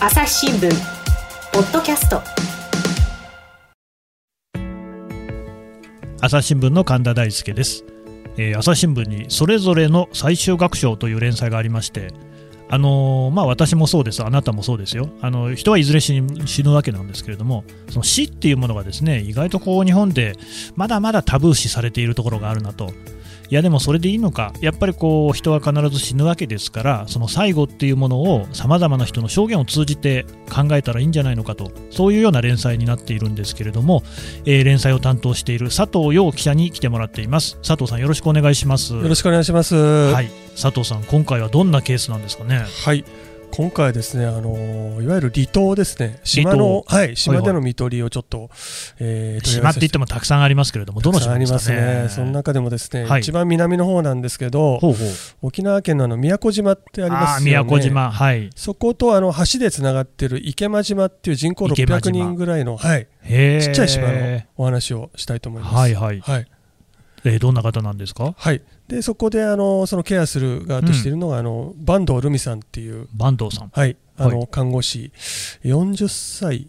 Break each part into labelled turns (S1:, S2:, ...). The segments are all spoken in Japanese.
S1: 朝日新聞ポッドキャスト
S2: 朝日新聞の神田大輔です、えー朝日新聞にそれぞれの最終学章という連載がありましてあのーまあ、私もそうです、あなたもそうですよ、あの人はいずれ死ぬ死ぬわけなんですけれども、その死っていうものがですね意外とこう日本でまだまだタブー視されているところがあるなと、いやでもそれでいいのか、やっぱりこう人は必ず死ぬわけですから、その最後っていうものをさまざまな人の証言を通じて考えたらいいんじゃないのかと、そういうような連載になっているんですけれども、えー連載を担当している佐藤陽記者に来てもらっています。佐藤さんよろしくお願いします。
S3: よろしくお願いします。
S2: は
S3: はい。
S2: い、佐藤さん、今回はどんなケースなんですかね。
S3: 今回ですね、あのーいわゆる離島ですね、島の、はい、島での見取りをちょっと、えー取り上げ
S2: 島
S3: さ
S2: って
S3: せ
S2: 言ってもたくさんありますけれども、どの
S3: たくさ
S2: 島
S3: んあ
S2: で
S3: り
S2: すか
S3: ます
S2: ね
S3: ね。。その中でもですね、
S2: はい
S3: 一番南の方なんですけど、
S2: ほうほう。
S3: 沖縄県のあの宮古島ってあり
S2: あ
S3: ま
S2: あー、
S3: すよ
S2: 宮
S3: ね。
S2: 古。島、はい。
S3: そことあの橋でつながってる池間島っていう人口
S2: 池間島
S3: 600人ぐらいの、はい、
S2: へえ。
S3: ちっちゃい島のお話をしたいと思います。
S2: はいはい。
S3: はい。
S2: えーどんな方なんですか。
S3: はい、でそこであのそのケアする側としているのが、あの坂東ルミさんっていう、
S2: 坂東さん。
S3: はい、あの
S2: は
S3: 看護師40歳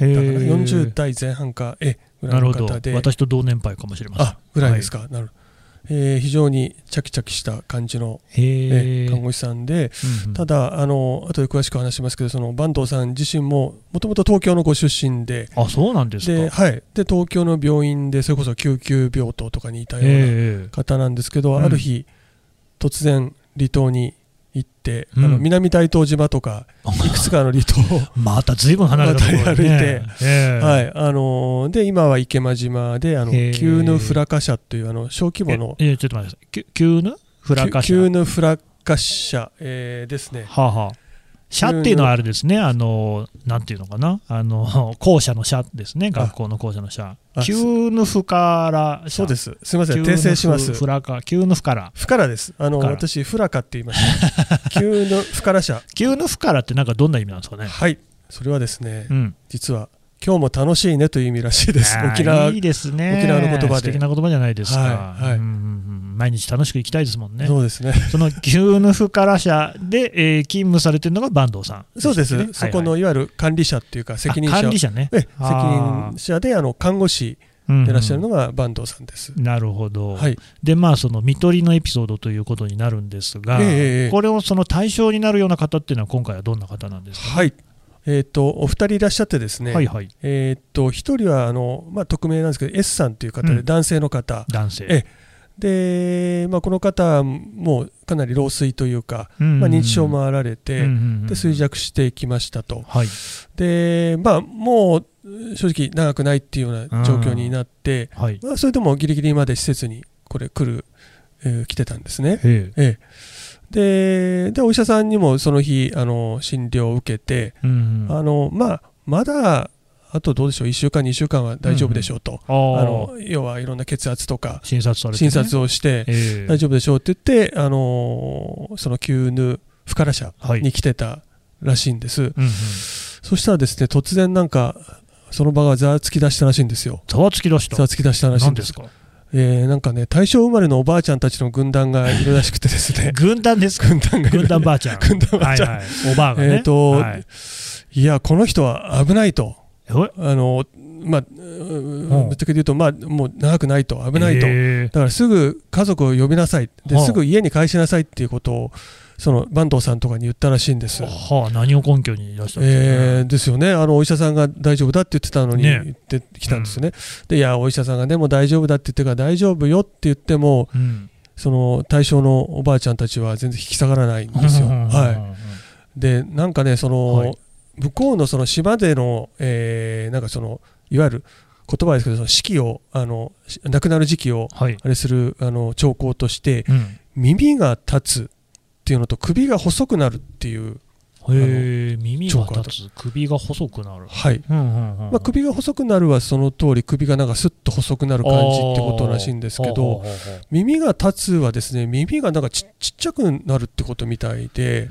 S2: へ
S3: だから
S2: え。
S3: 40代前半かえぐら
S2: ないる
S3: の
S2: ほど
S3: 方。で
S2: 私と同年配かもしれません。
S3: あぐらいですか、なるほどえー非常にチャキチャキした感じの、
S2: へ
S3: え
S2: え。
S3: 看護師さんで、
S2: うんうん
S3: ただあの後で詳しく話しますけどその坂東さん自身ももともと東京のご出身で
S2: あ、そうなんですか。
S3: で,、
S2: へ
S3: はい、で東京の病院でそれこそ救急病棟とかにいたような
S2: え。
S3: 方なんですけど、
S2: うん
S3: ある日突然離島に行って、
S2: うん
S3: あの南大東島 とかいくつかの離島を
S2: またずいぶん離れたところに
S3: また
S2: ね。ええ
S3: はいあのーで今は池間島であの
S2: へー
S3: 急ヌフラカ社というあの小規模の
S2: ええちょっと待ってください。きゅ急ぬフラカシャ
S3: 急ヌフラカ社、えーですね
S2: はあはあ。社っていうのはあれですね、あの、なんていうのかな、あの、 校舎の社ですね、学校の校舎の社。
S3: あ
S2: 急ぬふから社。。
S3: そうですすすみません訂正します
S2: ふらか、急ぬふから。
S3: フからですあの
S2: ふから
S3: 私フラカって言いました 急ヌフから社
S2: 急ぬふからってなんかどんな意味なんですかね。
S3: はいそれはですね、
S2: うん。
S3: 実は今日も楽しいねという意味らしいです
S2: あー
S3: 沖縄
S2: いいですね。
S3: 沖縄の言葉で
S2: 素敵な言葉じゃないですか。
S3: はいは
S2: う
S3: い
S2: んうんうん毎日楽しく行きたいですもんね。
S3: そうですね
S2: その急ぬふから社で、えー勤務されてるのが坂東さん、
S3: そうです、
S2: ね
S3: そこ
S2: はいはい
S3: のいわゆる管理者っていうか、責任
S2: あ
S3: 者、
S2: 管理者ね。
S3: ええ責
S2: あー
S3: 任者であの看護師
S2: うんうん
S3: でいらっしゃるのが坂東さんです。
S2: なるほど。
S3: はい、
S2: でまあその見取りのエピソードということになるんですが、
S3: ええええ
S2: これをその対象になるような方っていうのは今回はどんな方なんですか、
S3: はいえー、とお二人いらっしゃってですね、
S2: はいはい
S3: えー、と一人はあの、まあ、匿名なんですけど S さんという方
S2: う
S3: で
S2: ん
S3: 男性の方、
S2: 男性、
S3: ええでまあ、この方もかなり老衰というか、まあ、認知症もあられ
S2: あ
S3: て、で衰弱してきましたと
S2: はい
S3: で、まあ、もう正直長くないっていうような状況になって、
S2: はい
S3: まあ、それでもギリギリまで施設にこれ来る、えー来てたんですね。
S2: ええ
S3: ええ、ででお医者さんにもその日あの診療を受けて、
S2: うんうん
S3: あのまあ、まだあとどうでしょう1週間2週間は大丈夫でしょうと、
S2: あー
S3: あの要はいろんな血圧とか
S2: 診察されて、
S3: 診
S2: ね、
S3: 察をして、
S2: ええ
S3: 大丈夫でしょうって言って、あのその急ぬ不可ら者
S2: はい
S3: に来てたらしいんです、
S2: うんうん
S3: そしたらですね突然なんかその場がざわつき出したらしいんですよ
S2: ざわつき出した
S3: ざわつき出したらしい
S2: 何
S3: んで
S2: ですすか、
S3: えーなんかね、大正生まれのおばあちゃんたちの軍団がいるらしくてですね
S2: 軍団ですか
S3: 軍団がいる
S2: 軍団ばあちゃん
S3: 軍団ばあちゃん
S2: はいはい、おばあがね
S3: えーと
S2: はい、
S3: いや、この人は危ないと、
S2: えおい
S3: あのまあ、う
S2: うん
S3: ーぶっちゃけで言うと、まあ、もう長くないと、危ないと、
S2: ええ
S3: だからすぐ家族を呼びなさいで、
S2: はあ
S3: すぐ家に帰しなさいっていうことを、その坂東さんとかに言ったらしいんです。
S2: はあ何を根拠に出したんですかね、
S3: えーですよねあのお医者さんが大丈夫だって言ってたのに、
S2: ね
S3: 言ってきたんですよね、でいや、お医者さんがでも大丈夫だって言ってから、大丈夫よって言っても、
S2: うん
S3: その対象のおばあちゃんたちは全然引き下がらないんですよ。は、
S2: はい
S3: でなんかねその、
S2: はい
S3: 向こうのその島での、えーなんかそのいわゆる言葉ですけどその式をあのし亡くなる時期を
S2: い、はい
S3: あれするあの兆候として
S2: うん
S3: 耳が立つっていうのと首が細くなるっていう、
S2: へえ耳
S3: チョ
S2: が
S3: ーカーと
S2: 立つ首が細くなる、
S3: はい
S2: うんうんうん
S3: まあ、首が細くなるはその通り首がなんかスッと細くなる感じってことらしいんですけど
S2: あーはあはあはあ
S3: 耳が立つはですね耳がなんかちちっちゃくなるってことみたいで。
S2: へ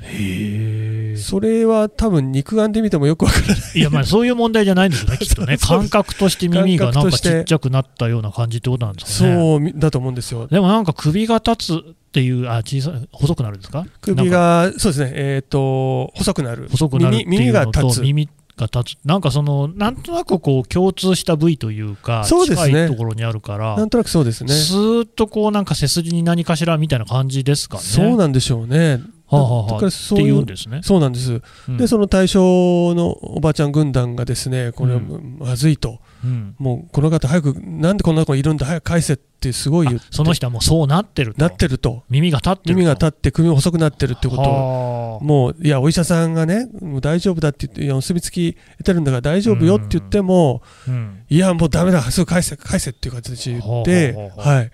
S2: え
S3: それは多分肉眼で見てもよくわからない
S2: いやまあそういう問題じゃないんですよね、きっとね、
S3: そうそう
S2: 感覚として耳がなん
S3: 感
S2: か
S3: 覚と
S2: ち
S3: して
S2: っちゃくなったような感じってことなんですかね。
S3: そうみだと思うんですよ。
S2: でもなんか首が立つっていう、あ小さい細くなるんですか
S3: 首
S2: なんか
S3: がそうですね、えー、と細くなる
S2: 細くなるって
S3: 耳
S2: い
S3: 耳
S2: う
S3: が
S2: のと
S3: 立つ
S2: 耳が立つ、なんかその、なんとなくこう共通した部位というか、
S3: そうです
S2: 近
S3: ね
S2: いところにあるから、
S3: なんとなくそうですね
S2: スーッとこうなんか背筋に何かしらみたいな感じですかね。
S3: そうなんでしょうね。
S2: はあはあは
S3: だか
S2: あ
S3: ら
S2: っ
S3: そ
S2: て
S3: う
S2: い
S3: いううん
S2: ですね。
S3: そうなんです。
S2: うん
S3: で、その対象のおばあちゃん軍団がですね、これはまずいと、
S2: うん
S3: もうこの方、早く、なんでこんな子いるんだ、早く返せってすごい言って
S2: あその人はもうそうなってると
S3: なってると、
S2: 耳が立ってると
S3: 耳が立って、首も細くなってるってことを、
S2: はあ
S3: もう、いや、お医者さんがね、もう大丈夫だって言って、いや結びつき得てるんだから大丈夫よって言っても、
S2: うん
S3: いや、もうだめだ、すぐ返せ、返せっていう形で言って、
S2: はあはあはあ
S3: はい。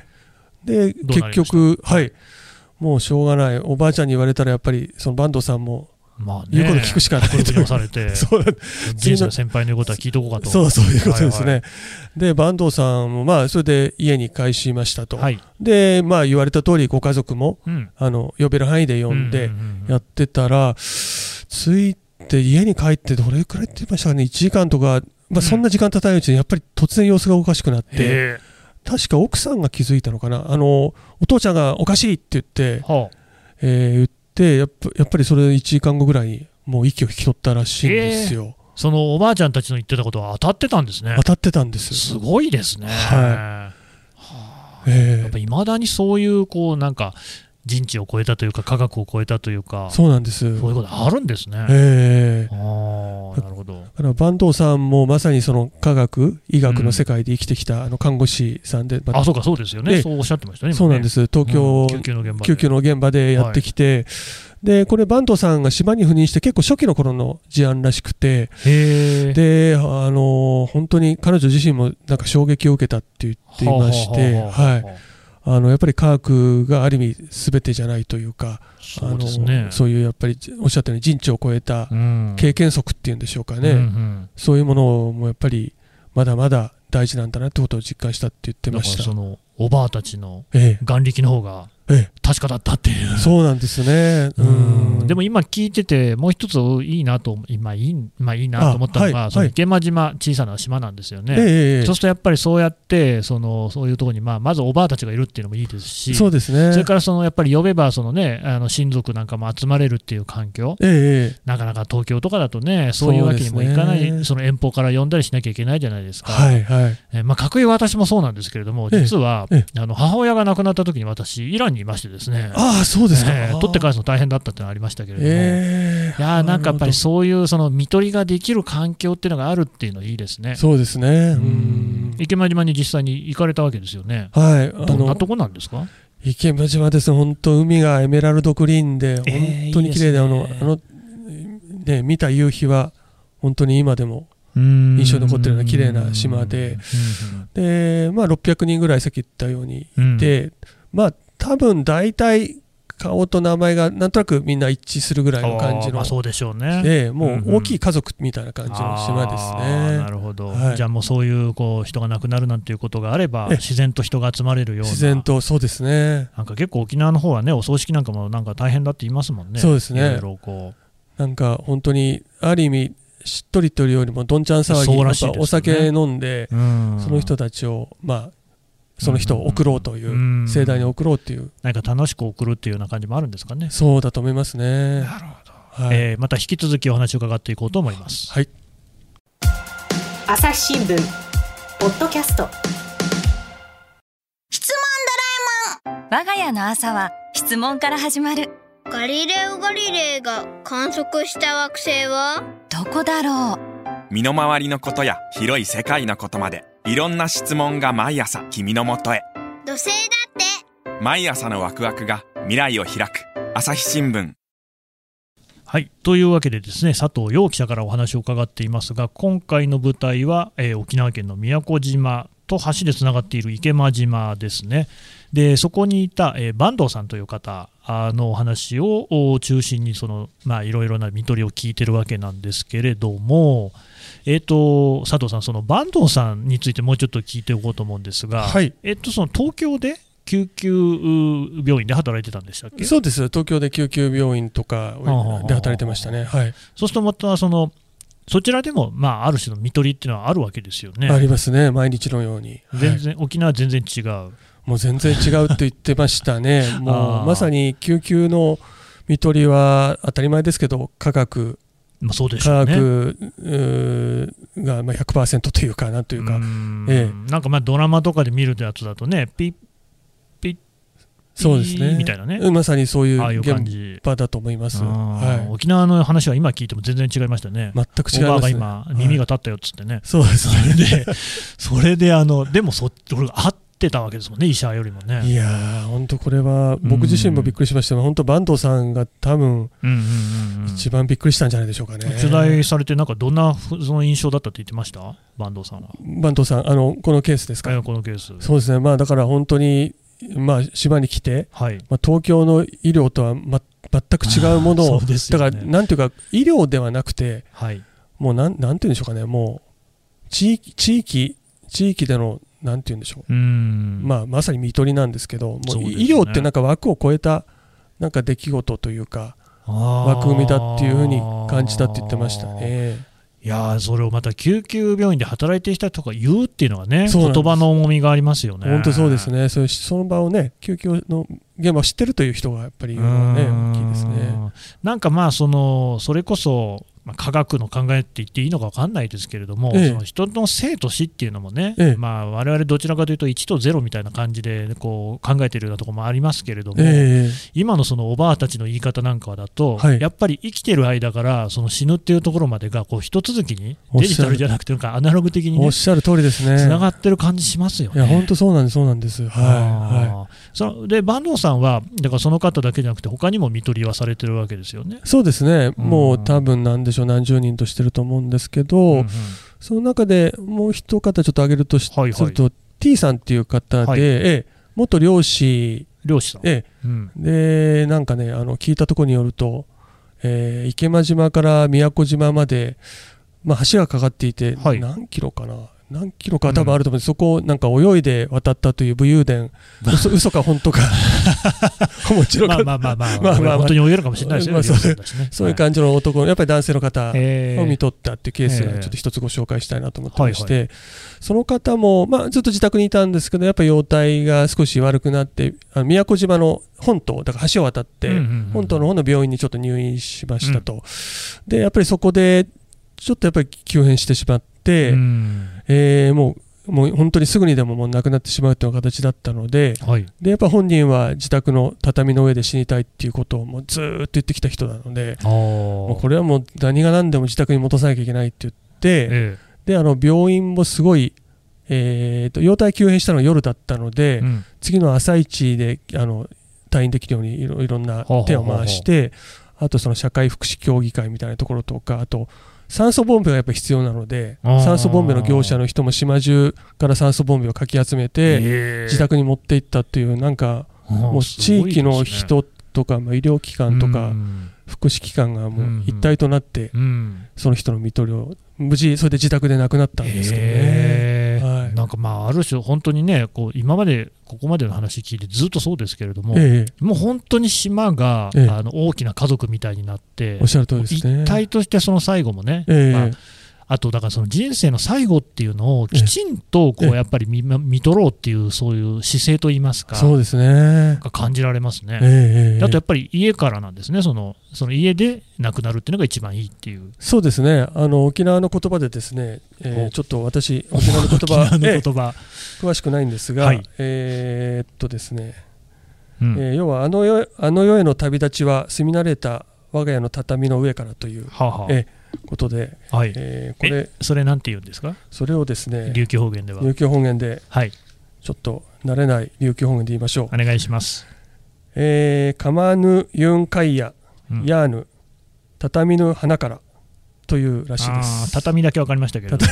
S3: で、
S2: どうなりまし
S3: 結
S2: た
S3: 局、はい。もうしょうがない、おばあちゃんに言われたら、やっぱりその坂東さんも
S2: まあね、
S3: 言うこと聞くしかない
S2: これ振り回され て、
S3: そう
S2: 人生の先輩の言うことは聞いとこうかと。
S3: そうそういうことですね。
S2: は
S3: で、坂東さんも、まあ、それで家に帰しましたと。
S2: はい。
S3: で、まあ、言われた通り、ご家族も、
S2: うん。
S3: あの、呼べる範囲で呼ん
S2: う
S3: で
S2: う、うん
S3: やってたら、ついて、家に帰って、どれくらいって言いましたかね、1時間とか、ま
S2: うん
S3: あ、そんな時間経たないうちに、やっぱり突然様子がおかしくなって、
S2: へ
S3: 確か奥さんが気づいたのかな、あの、お父ちゃんがおかしいって言っ
S2: え、
S3: て
S2: はあ
S3: えー言ってやっぱ、やっぱりそれ1時間後ぐらいに、もう息を引き取ったらしいんですよ。
S2: そのおばあちゃんたちの言ってたことは当たってたんですね
S3: 当。たってたんです。
S2: すごいですね。
S3: は
S2: や
S3: え
S2: っ
S3: ー
S2: ぱいまだにそういう、こう、なんか、人知を超えたというか、科学を超えたというか、そ
S3: そうなんです。
S2: ういうことあるんですね。
S3: ええ
S2: ああ、なるほど。
S3: あの坂東さんもまさにその科学、医学の世界で生きてきた、あの看護師さんで、まあ
S2: あ、そうか、そうですよね。
S3: で
S2: そうおっしゃってましたね。。
S3: そうなんですす、東京、
S2: うん救急の現場で。
S3: 救急の現場でやってきて、でこれ、坂東さんが島に赴任して、結構初期の頃の事案らしくて、
S2: へえ。
S3: であの本当に彼女自身もなんか衝撃を受けたって言っていまして、
S2: はあはあはあは
S3: はい
S2: あはあ
S3: あのやっぱり科学がある意味、すべてじゃないというか、あ
S2: そう
S3: の
S2: ですね。
S3: そういうやっぱりおっしゃったように、人知を超えた
S2: うん
S3: 経験則っていうんでしょうかね。
S2: うんうん
S3: そういうものもやっぱりまだまだ大事なんだなってことを実感したって言って
S2: だ
S3: ま
S2: か
S3: し
S2: ら
S3: た。
S2: そのおばあたちの
S3: え
S2: 眼力の方が
S3: え、え
S2: 確かだったっていう
S3: え、。そうなんですね。うん。
S2: でも今聞いてて、もう一ついいなと、今いい、まあいいなと思ったの
S3: あは
S2: が、
S3: い
S2: その
S3: はい
S2: 池間島、小さな島なんですよ
S3: ええ、
S2: ね。
S3: ええ
S2: そうするとやっぱりそうやって、そのそういうところに、まあ、まずおばあたちがいるっていうのもいいですし、
S3: そうですね。
S2: それからそのやっぱり呼べばその、ね、あの親族なんかも集まれるっていう環境、
S3: ええ、ええ、
S2: なかなか東京とかだとね、そういうわけにもいかない、
S3: そう
S2: そ,、
S3: ですね
S2: の遠方から呼んだりしなきゃいけないじゃないですか。
S3: はい、はい。
S2: えーまあ、かくいう私もそうなんですけれども、
S3: ええ
S2: 実は、
S3: え
S2: あの母親が亡くなった時に私、イランにいましてですね、
S3: ああ、そうですか。
S2: えー取って返すの大変だったってのはありましたけれども、
S3: ええ
S2: いやーなんかやっぱり
S3: なる
S2: そういうその見取りができる環境っていうのがあるっていうのいいですね
S3: ほど。そうですね。う
S2: うん
S3: ん。
S2: 池間島に実際に行かれたわけですよね。
S3: はい、あ
S2: どんな
S3: の
S2: とこなんですか
S3: 池間島です。本当海がエメラルドグリーンで
S2: ええ
S3: 本当に綺麗で、
S2: い
S3: あ
S2: い
S3: の
S2: ですね
S3: あのね見た夕日は本当に今でも
S2: 印
S3: 印象に残ってるような綺麗な島で、で、まあ、600人ぐらいさっき言ったように
S2: うんうん、
S3: で、まあ多分大体顔と名前がなんとなくみんな一致するぐらいの感じ
S2: あーま
S3: の
S2: あ、そうでしょうね。
S3: でも
S2: うんう
S3: うん大きい家族みたいな感じの島です
S2: あー
S3: ね
S2: な。るほど、
S3: はい
S2: じゃあもうそういうこう人が亡くなるなんていうことがあれば、
S3: ええ
S2: 自然と人が集まれるような、
S3: 自然とそうですね。
S2: なんか結構沖縄の方はね、お葬式なんかもなんか大変だって言いますもんね、
S3: そうですね
S2: いろいろこ
S3: なんか本当にある意味しっとりというよりもどんちゃん騒ぎ
S2: そう
S3: や
S2: ら
S3: っ
S2: しいですね
S3: ぱお酒飲んで
S2: う、うん
S3: その人たちをまあその人を送ろうとい
S2: うん
S3: う盛大に送ろうっていう
S2: なんか楽しく送るっていうような感じもあるんですかね。
S3: そうだと思いますね。
S2: な
S3: るほど。はい。
S2: えーまた引き続きお話を伺っていこうと思います。
S3: はい
S1: 朝日新聞ポッドキャスト
S4: 質
S5: 我が家の朝は質問から始まる
S4: 問ガリレオ・ガリレイが観測した惑星は
S5: どこだろう
S6: 身の回りのことや広い世界のことまでいろんな質問が毎朝君のもとへ
S4: 土星だって
S6: 毎朝のワクワクが未来を開く朝日新聞
S2: はい、というわけでですね佐藤陽記者からお話を伺っていますが今回の舞台は、えー沖縄県の宮古島と橋でつながっている池間島ですねでそこにいた、えー坂東さんという方あのお話をお中心にその、まあ、いろいろな見取りを聞いてるわけなんですけれども、えー、と佐藤さんその坂東さんについてもうちょっと聞いておこうと思うんですが、
S3: はい
S2: えっとその東京で救急病院で働いてたんでしたっけ
S3: そうです東京で救急病院とか
S2: はあはあはあ
S3: で働いてましたねはい、
S2: そうするとまたそのそちらでも、まあ、ある種の見取りっていうのはあるわけですよね。
S3: ありますね毎日のように、はい
S2: 全然沖縄は全然違う。
S3: もう全然違うって言ってましたね も
S2: あー
S3: うまさに救急の見取りは当たり前ですけど科学
S2: まあ、そうでしょ
S3: 科
S2: うね。
S3: 学うーがまあ100%というかなんというか、
S2: うーん
S3: え
S2: なんかまあドラマとかで見るやつだとね、ピッ
S3: そうです
S2: ピ
S3: ね
S2: ーみたいなね
S3: うんまさにそうい
S2: ああいうう
S3: 現
S2: 感じ。
S3: 場だと思います、
S2: あー
S3: は
S2: 沖縄の話は今聞いても全然違いましたね。
S3: い、全く
S2: お
S3: 違い
S2: ばあ
S3: ます
S2: が
S3: ね
S2: 今、耳が立ったよっつって ね。
S3: そうですね
S2: それで、それであの、でもそ、俺、合ってたわけですもんね、医者よりもね。
S3: いやー、本当これは僕自身もびっくりしましたが、本当、坂東さんが多分
S2: うんうんうんうん
S3: 一番びっくりしたんじゃないでしょうかね。
S2: 取材されて、なんかどんなふその印象だったって言ってました、坂東さんは。
S3: 坂東さん、あのこのケースですか、
S2: えーこのケース。
S3: そうですね、まあ、だから本当に、まあ、島に来て、
S2: はい。
S3: まあ、東京の医療とは、ま、全く違うもの
S2: あー
S3: を、
S2: そうです
S3: だ
S2: よ
S3: か
S2: ね
S3: ら、なんていうか、医療ではなくて、
S2: はい。
S3: もうなんなんていうんでしょうかね、もう地域、地域、地域での、なんていうんでしょう、
S2: うーん。
S3: まあ、まさに見取りなんですけど、も
S2: そう
S3: う
S2: ですね
S3: 医療ってなんか枠を超えたなんか出来事というか、
S2: あー、
S3: 枠組みだっていうふうに感じたって言ってましたね。
S2: いやーそれをまた救急病院で働いてきたとか言うっていうのがね、
S3: そうなんです
S2: 言葉の重みがありますよね。
S3: 本当そうですね、そういうその場をね、救急の現場を知ってるという人がやっぱりいうるのはね、
S2: ん
S3: 大きいですね。
S2: なんかまあその、それこそ、まあ科学の考えって言っていいのか分かんないですけれども、
S3: ええ
S2: その人の生と死っていうのもね、
S3: ええ
S2: まあ我々どちらかというと1と0みたいな感じでこう考えてるようなところもありますけれども、
S3: え
S2: 今のそのおばあたちの言い方なんかだと、
S3: はい
S2: やっぱり生きてる間からその死ぬっていうところまでがこう一続きに、
S3: おっ
S2: デ
S3: し
S2: ジタ
S3: ゃる
S2: ルじゃなくて、なんかアナログ的
S3: え
S2: にね
S3: おっしゃる通りですね。
S2: つながってる感じしますよ
S3: い
S2: ね。
S3: や、本当そうなんです、そうなんです。はい。は
S2: あーそので坂東さんは、だからその方だけじゃなくて、他にも見取りはされてるわけですよね。
S3: い、そうですね、
S2: うん
S3: もう多分なんでしょう、何十人としてると思うんですけど、
S2: うんうん
S3: その中でもう一方ちょっと挙げるとし、
S2: はいはい
S3: すると、T さんっていう方で、
S2: はい
S3: ええ元漁師
S2: 漁師さん、
S3: ええ
S2: うん
S3: でなんかねあの聞いたところによると、えー池間島から宮古島まで、まあ、橋がかかっていて、
S2: はい
S3: 何キロかな何キロか多分あると思うんです、そこをなんか泳いで渡ったという武 勇伝嘘嘘か本当か面白
S2: ま
S3: か
S2: あ
S3: った、
S2: まあまあまあ、
S3: まあまあまあ
S2: 本当に泳げるかもしれないですよ、
S3: まあ
S2: 漁師さんだしね
S3: そういう感じの男のやっぱり男性の方
S2: はいええ
S3: を見とったっていうケースが
S2: ええ
S3: ちょっと一つご紹介したいなと思ってまして、
S2: は
S3: その方も、まあ、ずっと自宅にいたんですけどやっぱり容体が少し悪くなってあの宮古島の本島だから橋を渡って、
S2: うんうんうん
S3: 本島の方の病院にちょっと入院しましたと、でやっぱりそこでちょっとやっぱり急変してしまって、
S2: うん
S3: えーもうもう本当にすぐにでももう亡くなってしまうという形だったので
S2: はい、
S3: でやっぱ本人は自宅の畳の上で死にたいっていうことをもうずーっと言ってきた人なので。
S2: あ
S3: もう
S2: ー
S3: これはもう何が何でも自宅に戻さなきゃいけないって言って、
S2: え
S3: であの病院もすごい、えーと容体急変したのが夜だったので、
S2: えうん
S3: 次の朝一であの退院できるようにいろいろんな手を回して、あとその社会福祉協議会みたいなところとか、あと酸素ボンベがやっぱ必要なので、
S2: あー
S3: 酸素ボンベの業者の人も島中から酸素ボンベをかき集めて、
S2: ええ
S3: 自宅に持って行ったっていう、なんか
S2: あー
S3: もう
S2: すご
S3: 地
S2: いです
S3: 域
S2: ね
S3: の人とか、まあ医療機関とか
S2: う、ん
S3: 福祉機関がもう一体となって、
S2: うん
S3: その人の見取りを、無事、それで自宅で亡くなったんですけどね。
S2: へえ
S3: はい
S2: なんかまあある種本当にねこう今までここまでの話聞いてずっとそうですけれども、
S3: え
S2: もう本当に島が、
S3: ええ
S2: あの大きな家族みたいになって
S3: え、おっしゃる通りですね。
S2: 一体としてその最後もね、
S3: ええ
S2: まあ、あとだからその人生の最後っていうのを
S3: ええ
S2: きちんとこ
S3: え
S2: う
S3: え
S2: やっぱり見,、見取ろうっていうそういう姿勢といいますか、
S3: そうですね。
S2: が感じられます
S3: ええ
S2: ね。
S3: ええ
S2: であとやっぱり家からなんですね、そのその家で亡くなるっていうのが一番いいっていう。
S3: そうですね。あの沖縄の言葉でですね、え
S2: お
S3: ー、ちょっと私沖縄の言葉
S2: 沖縄
S3: え
S2: の
S3: え
S2: 言葉、
S3: 詳しくないんですが、
S2: はい
S3: えーっとですね、
S2: うん
S3: えー要はあの世あの世への旅立ちは住み慣れた我が家の畳の上からという
S2: はあはあ
S3: えことで、
S2: はい、
S3: えーこれ
S2: それなんて言うんですか、
S3: それをですね、
S2: 琉球方言では。
S3: 琉球方言で
S2: はい、
S3: ちょっと慣れない琉球方言で言いましょう。
S2: お願いします。
S3: えー、かまぬユンカイヤ、
S2: うん
S3: ヤーヌ、畳の花からというらしいで
S2: あー
S3: す。
S2: 畳だけ分かりましたけれども、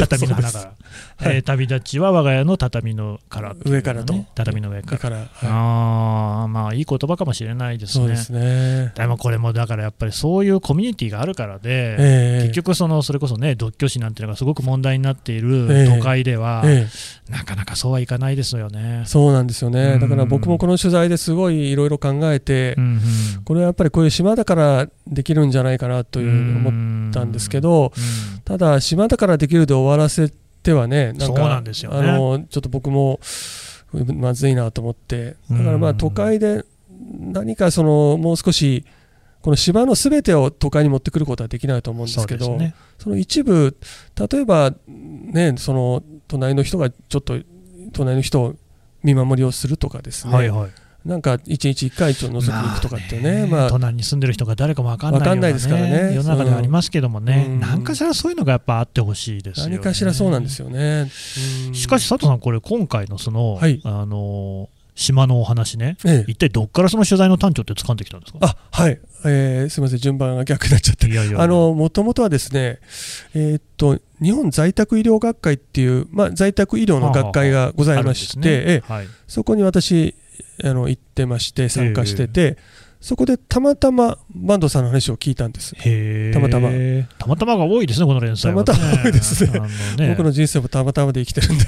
S2: 畳の花から。
S3: はい
S2: えー旅立ちは我が家の畳のから、
S3: 上からと
S2: 畳の上か
S3: だ
S2: ら。
S3: から、はい
S2: ああ、まあいい言葉かもしれないです
S3: そう
S2: ね。
S3: ですね。
S2: でもこれもだからやっぱりそういうコミュニティがあるからで、
S3: ええ
S2: 結局そのそれこそね独居死なんていうのがすごく問題になっている
S3: ええ
S2: 都会では、
S3: え
S2: なかなかそうはいかないですよね
S3: え、。そうなんですよ
S2: う
S3: ね。
S2: ん
S3: だから僕もこの取材ですごいいろいろ考えて、
S2: うん
S3: これはやっぱりこういう島だからできるんじゃないかなというふうに思ったんですけ、ど、
S2: うん
S3: ただ島だからできるで終わらせてはね、なんか
S2: そうなんですよね
S3: あのちょっと僕もまずいなと思って、だからま
S2: う
S3: あ
S2: ん
S3: 都会で何かそのもう少しこの島のすべてを都会に持ってくることはできないと思うんで
S2: そ
S3: す
S2: う
S3: け
S2: で
S3: ど、
S2: す
S3: そ
S2: ね。
S3: の一部例えばねその隣の人がちょっと隣の人を見守りをするとかですね、
S2: はいはい。
S3: なんか一日一回ちょっと覗きに行くとかってね、まあ
S2: 隣に住んでる人が誰かも分かんないよう
S3: わかんないですからね
S2: 世の中ではありますけどもね、
S3: うん
S2: 何かしらそういうのがやっぱあってほしいですよ、ね。
S3: 何かしらそうなんですよね。うん
S2: しかし佐藤さん、これ、今回のその、
S3: はい
S2: あの島のお話ね、
S3: ええ
S2: 一体どっからその取材の端緒って掴んできたんですか
S3: あはい、えーすみません、順番が逆になっちゃって、
S2: いやいやいや
S3: あのもともとはですね、えーっと、日本在宅医療学会っていう、まあ、在宅医療の学会がございまして、
S2: あるんですね
S3: ええ
S2: はい
S3: そこに私あの、行ってまして、参加してて、そこでたまたま坂東さんの話を聞いたんです。
S2: へー
S3: たまたま
S2: たまたまが多いですね、この連載は、ね。
S3: たまたま多いですね
S2: あのね
S3: 僕の人生もたまたまで生きて るんで、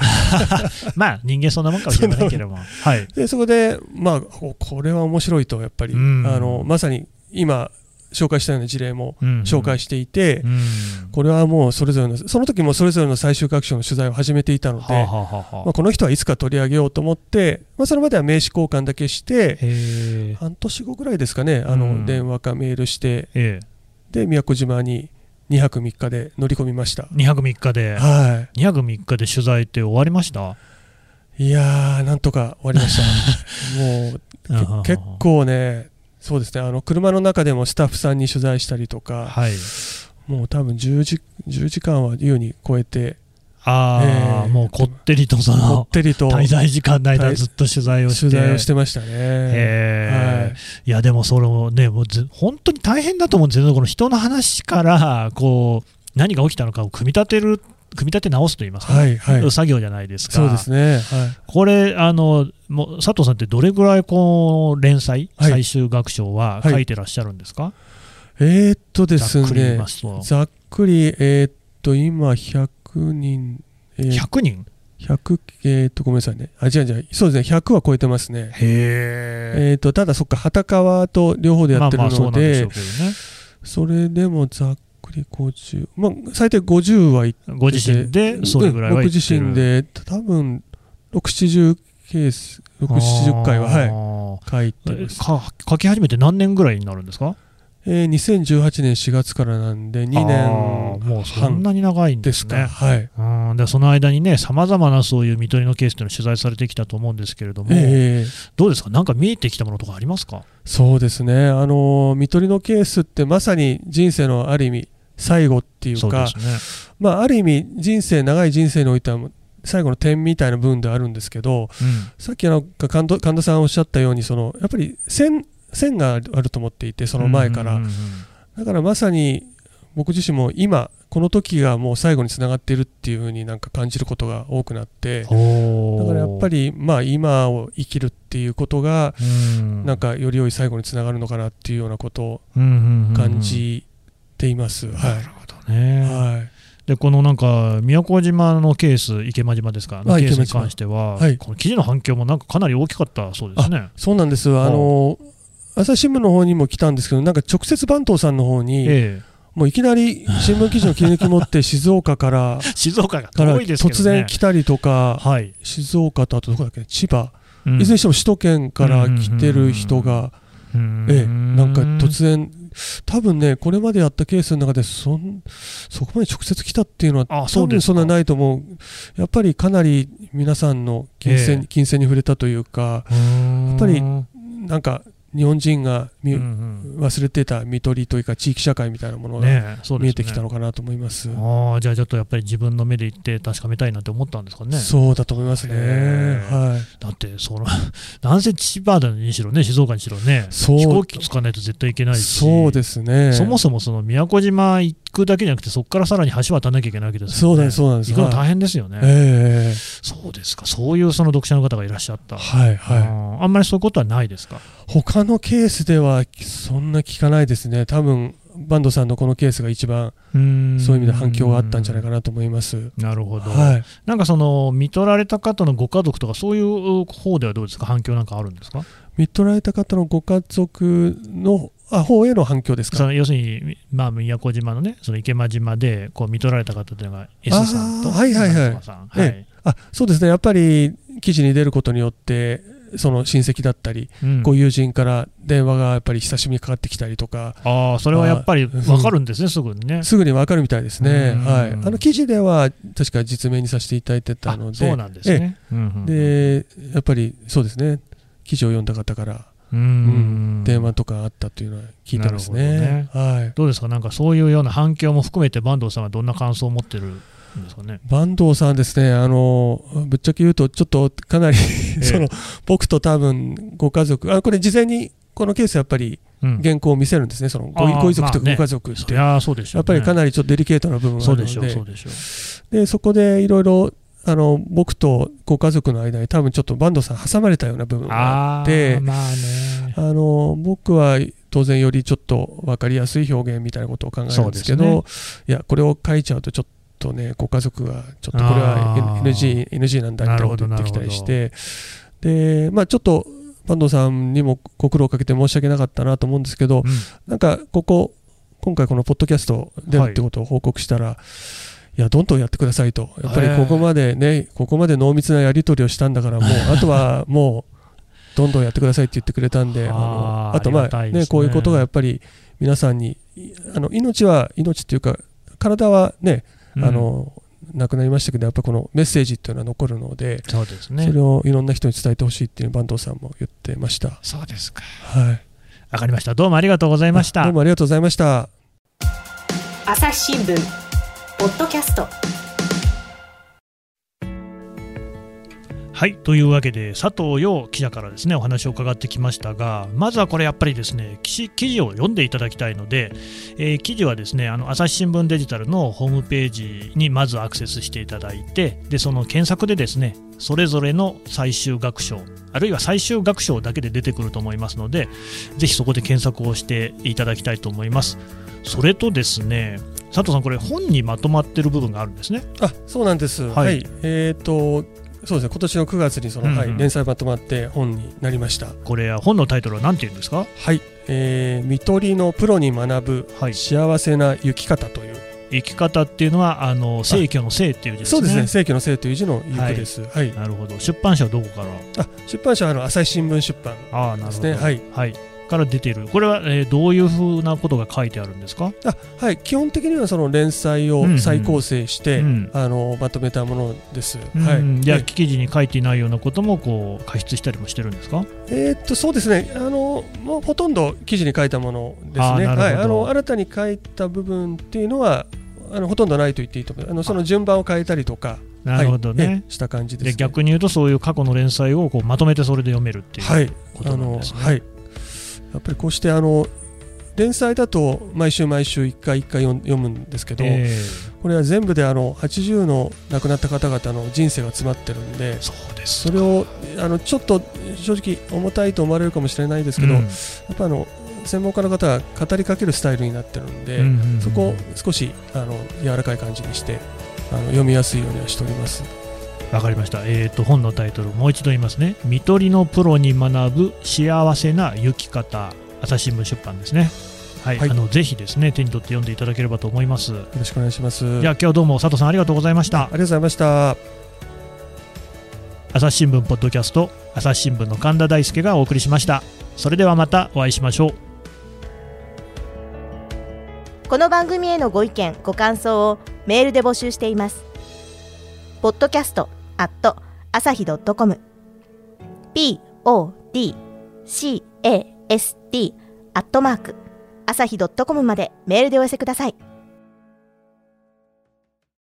S2: まあ、人間そんなもんかもしれませんけども。はい。
S3: でそこで、まあ、ここれは面白いと、やっぱり、
S2: うん
S3: あのまさに今、紹介したような事例も紹介
S2: し
S3: していて、
S2: うん。
S3: これはもうそれぞれの、その時もそれぞれの最終学習の取材を始めていたので、
S2: はあ、はあはあはあ
S3: まあ、この人はいつか取り上げようと思って、まあ、それまでは名刺交換だけして、
S2: へえ。
S3: 半年後ぐらいですかね、あ
S2: うん
S3: の電話かメールして、
S2: ええ。
S3: で宮古島に2泊3日で乗り込みました。
S2: 2泊3日で。
S3: は
S2: 2泊3日で取材って終わりました
S3: い、いやー、なんとか終わり ました。もうけ結構ね、そうですねあの車の中でもスタッフさんに取材したりとか、
S2: はい。
S3: もう多分10時 ,10 時間は優に超えて、
S2: ああ、
S3: ええ
S2: もうこってりとそ
S3: こ
S2: の
S3: ってりと
S2: 滞在時間の間
S3: 滞
S2: ずっと取材をして。
S3: 取材をしてましたね。
S2: へえ
S3: はい
S2: いやでもそれもねもうず本当に大変だと思うんですよねこの人の話からこう何が起きたのかを組み立てる組み立て直すと言いますか、
S3: はいはい。
S2: 作業じゃないですか
S3: そうですね。は
S2: これあのもう佐藤さんってどれぐらいこの連載、
S3: はい
S2: 最終学章は
S3: はい
S2: 書いてらっしゃるんですか、
S3: い。えーっとです
S2: ざっくり言い
S3: ね
S2: ま。すと
S3: ざっくり、えーっと、今、100人、えー
S2: 100人
S3: 100、えーっと、ごめんなさいね。あ、違う違う。そうですね。100は超えてますね。
S2: へえ
S3: えーっと、ただそっか、畑川と両方でや
S2: まあ
S3: ってる
S2: まあ
S3: ので、
S2: そう
S3: そ
S2: なんでしょうけどね
S3: れでもざっくり50、まあ、最低50はいって
S2: ご自身でそれぐらいは
S3: 僕
S2: 言ってる
S3: 自身で、多分、6、70ケース、6、70回は、はい、
S2: は
S3: 書いてます。
S2: か書き始めて何年ぐらいになるんですか
S3: えー、2018年4月からなんで2
S2: あ
S3: 年
S2: ーもうそんなに長いんで
S3: ですす
S2: ね
S3: か。はい。
S2: うんでその間にね、さまざまなそういう見取りのケースというのを取材されてきたと思うんですけれども、
S3: えー
S2: どうですか、なんか見えてきたものとかありますか
S3: そうですね。あのー、見取りのケースってまさに人生のある意味最後っていう
S2: そう
S3: か、
S2: ですね。
S3: まあある意味人生長い人生においては最後の点みたいな部分ではあるんですけど、さっきなんか神田神田さんおっしゃったようにそのやっぱり線線があると思っていてそ
S2: そ
S3: の前から、だからまさに僕自身も今この時がもう最後につながっているっていう風になんか感じることが多くなって。だからやっぱ
S2: り、
S3: り、まあ、今を生きるっていうことが、
S2: うん
S3: なんかより良い最後につながるのかなっていうようなことを
S2: うんうんうんうん
S3: 感じています。はい。
S2: ね
S3: はい。
S2: でこのなんか宮古島のケース、池間島ですか、の
S3: あ
S2: ケースに
S3: 池間島
S2: 関しては、
S3: はい
S2: この記事の反響もなんかかなり大きかったそうですね。
S3: そうなんです。あの、朝日新聞の方にも来たんですけど、なんか直接番頭さんの方に、
S2: え
S3: もういきなり新聞記事の切り抜き持って静岡から、
S2: え、静岡が
S3: から
S2: 遠いですけどね。
S3: 突然来たりとか、
S2: はい、
S3: 静岡とあとどこだっけ、千葉、
S2: うん
S3: いずれにしても首都圏から来てる人が、ええ、なんか突然、多分ね、これまでやったケースの中でそん、そこまで直接来たっていうのは、
S2: あそ
S3: 多
S2: うで
S3: 分
S2: すか
S3: そんなないと思う、やっぱりかなり皆さんの金銭,、
S2: ええ
S3: 金銭に触れたというか、
S2: 然
S3: やっぱりなんか日本人が見、
S2: うん
S3: 忘れてた見取りというか、地域社会みたいなも
S2: う
S3: の
S2: ん
S3: が
S2: ねえそうですね
S3: 見えてきたのかなと思います。
S2: ああじゃあちょっとやっぱり自分の目で行って確かめたいなって思ったんですかね
S3: そうだと思いますね。
S2: ええ
S3: はい。
S2: だってその なんせ千葉だにしろね静岡にしろね
S3: そう
S2: 飛行機使わないと絶対行けないし
S3: そうですね。
S2: そもそもその宮古島一くだけじゃなくて、そこからさらに橋渡らなきゃいけないわけですよ
S3: そうなんですそうなんです
S2: 行くの大変ですよね、
S3: ええ
S2: そうですか、そういうその読者の方がいらっしゃった、
S3: はいはい、
S2: うんあんまりそういうことはないですか。
S3: 他のケースではそんな聞かないですね多分バンドさんのこのケースが一番
S2: そういう
S3: そういう意味で反響があったんじゃないかなと思います、
S2: なるほど、
S3: はい、
S2: なんかその、見取られた方のご家族とか、そういう方ではどうですか、反響なんかあるんですか、
S3: 見取られた方のご家族のあ方への反響です
S2: そ
S3: か
S2: の要するに、まあ、宮古島のね、その池間島でこう見取られた方というのが、S さんと、
S3: あーはいはいはい
S2: なんとかさんはい
S3: あそうですねやっぱり記事に出ることによってその親戚だったり、
S2: うん
S3: ご友人から電話がやっぱり久しぶりにかかってきたりとか
S2: あーそれはやっぱり分かるんですね、すぐにね。
S3: すぐにわかるみたいですね、
S2: うん
S3: はい、あの記事では確か実名にさせていただいてた
S2: あ
S3: ので
S2: そうなんですね。うんうん
S3: でやっぱりそうですね記事を読んだ方から
S2: う
S3: うん
S2: ん
S3: 電話とかあったというのは聞いてますね。はい。
S2: どうですか、なんかそういうような反響も含めて、坂東さんはどんな感想を持ってるんですかね。
S3: 坂東さんですね、あの、ぶっちゃけ言うと、ちょっとかなり、 その、僕と多分、ご家族、あ、これ事前に、このケースやっぱり
S2: うん、
S3: 原稿を見せるんですね、その、ご
S2: あー
S3: ご遺族と
S2: まあ
S3: か
S2: ね
S3: ご家族っ
S2: そ
S3: て。
S2: りゃそうでしょ
S3: や
S2: う、ね、
S3: っぱりか
S2: り
S3: なりちょっとデリケートな部分が
S2: そ
S3: あ
S2: う
S3: る
S2: でしょう、そ
S3: の
S2: うでしょう。
S3: で、でそこでいろいろ、あの、僕とご家族の間に多分ちょっと坂東さん挟まれたような部分があっ
S2: あ
S3: て
S2: ー、まあね。
S3: あの僕は当然よりちょっと分かりやすい表現みたいなことを考えるんですけど
S2: そう
S3: いやこれを書いちゃうとちょっとねご家族がちょっとこれは
S2: あー
S3: NG, NG なんだみたいなこと言ってきたりしてで、まあ、ちょっと坂東さんにもご苦労かけて申し訳なかったなと思うんですけどなんかここ今回このポッドキャスト出るってことを報告したら、いやどんどんやってくださいと、やっぱりここまでね、ここまで濃密なやり取りをしたんだから、もうあとはもう、どんどんやってくださいって言ってくれたんで、あ
S2: あ
S3: の
S2: ー
S3: あとま
S2: あ
S3: あ
S2: りがたいですね
S3: ね、こういうことがやっぱり皆さんに、いあの命は命っていうか、体はね、
S2: うん
S3: あのなくなりましたけど、やっぱこのメッセージっていうのは残るので、
S2: そうです
S3: そ
S2: ね
S3: れ。をいろんな人に伝えてほしいっていう坂東さんも言ってました。
S2: そうですか。
S3: はい、
S2: わかりました。どうもありがとうございまし
S3: ど
S2: た
S3: う。もありがとうございました。
S1: 朝日新聞ポッドキャスト
S2: はいというわけで佐藤陽記者からですねお話を伺ってきましたがまずはこれやっぱりですね記事記事を読んでいただきたいので、えー記事はですねあの朝日新聞デジタルのホームページにまずアクセスしていただいてでその検索でですねそれぞれの最終学章あるいは最終学章だけで出てくると思いますのでぜひそこで検索をしていただきたいと思いますそれとですね佐藤さんこれ本にまとまってる部分があるんですね
S3: あそうなんです、
S2: は
S3: はいいえっ、とそうですね今年の9月にそ
S2: う
S3: の、
S2: んうん
S3: はい、連載まとまって本になりました
S2: これ本のタイトルは何て言うんですか
S3: はい、えー、見取りのプロに学ぶ
S2: はい
S3: 幸せな行き方という、
S2: 生き方っていうのはあの正教の正っていう字ですね。
S3: そうですね正規の生という字の行くです、はい
S2: なるほど。出版社はどこから？
S3: あ出版社はあの朝日新聞出版
S2: ああなる
S3: で
S2: ほ
S3: す
S2: ど。
S3: ねはい
S2: から出ている。これは、えーどういうふうなことが書いてあるんですか？
S3: あはい基本的にはその連載
S2: うんうん
S3: を再構成して、
S2: うん
S3: あのまとめたものです、
S2: う
S3: は
S2: ん
S3: い
S2: じゃあ
S3: で
S2: 記事に書いていないようなこともこう加筆したりもしてるんですか？
S3: えーっとそうですねあのもうほとんど記事に書いたものですね
S2: あーなるほど
S3: はい、あの新たに書いた部分っていうのはあのほとんどないと言っていいと思いますあのその順番を変えたりとか
S2: なるほど
S3: はい
S2: ね
S3: え。えした感じです、
S2: で
S3: ね、
S2: 逆に言うとそういう過去の連載をこうまとめてそれで読めるっていう。
S3: はい
S2: ことなんですね
S3: あのはいやっぱりこうしてあの連載だと毎週毎週一回一回読ん読むんですけど、
S2: ええ
S3: これは全部であの80の亡くなった方々の人生が詰まってるんで
S2: そうです。
S3: それをあのちょっと正直重たいと思われるかもしれないですけど、
S2: うん
S3: やっぱあの専門家の方が語りかけるスタイルになってるんで、
S2: うんうんうん
S3: そこを少しあの柔らかい感じにしてあの読みやすいようにはしております。
S2: わかりました。えっ、と、本のタイトル、もう一度言いますね。見取りのプロに学ぶ幸せな行き方、朝日新聞出版ですね。はい、
S3: はい
S2: あのぜひですね、手に取って読んでいただければと思います。
S3: よろしくお願いします。
S2: じゃあ、今日はどうも佐藤さんありがとうございました
S3: あり。がとうございました。
S2: 朝日新聞ポッドキャスト、朝日新聞の神田大輔がお送りしました。それではまたお会いしましょう。
S7: この番組へのご意見ご感想をメールで募集しています podcast at 朝日 .com podcast アットマーク朝日 .com までメールでお寄せください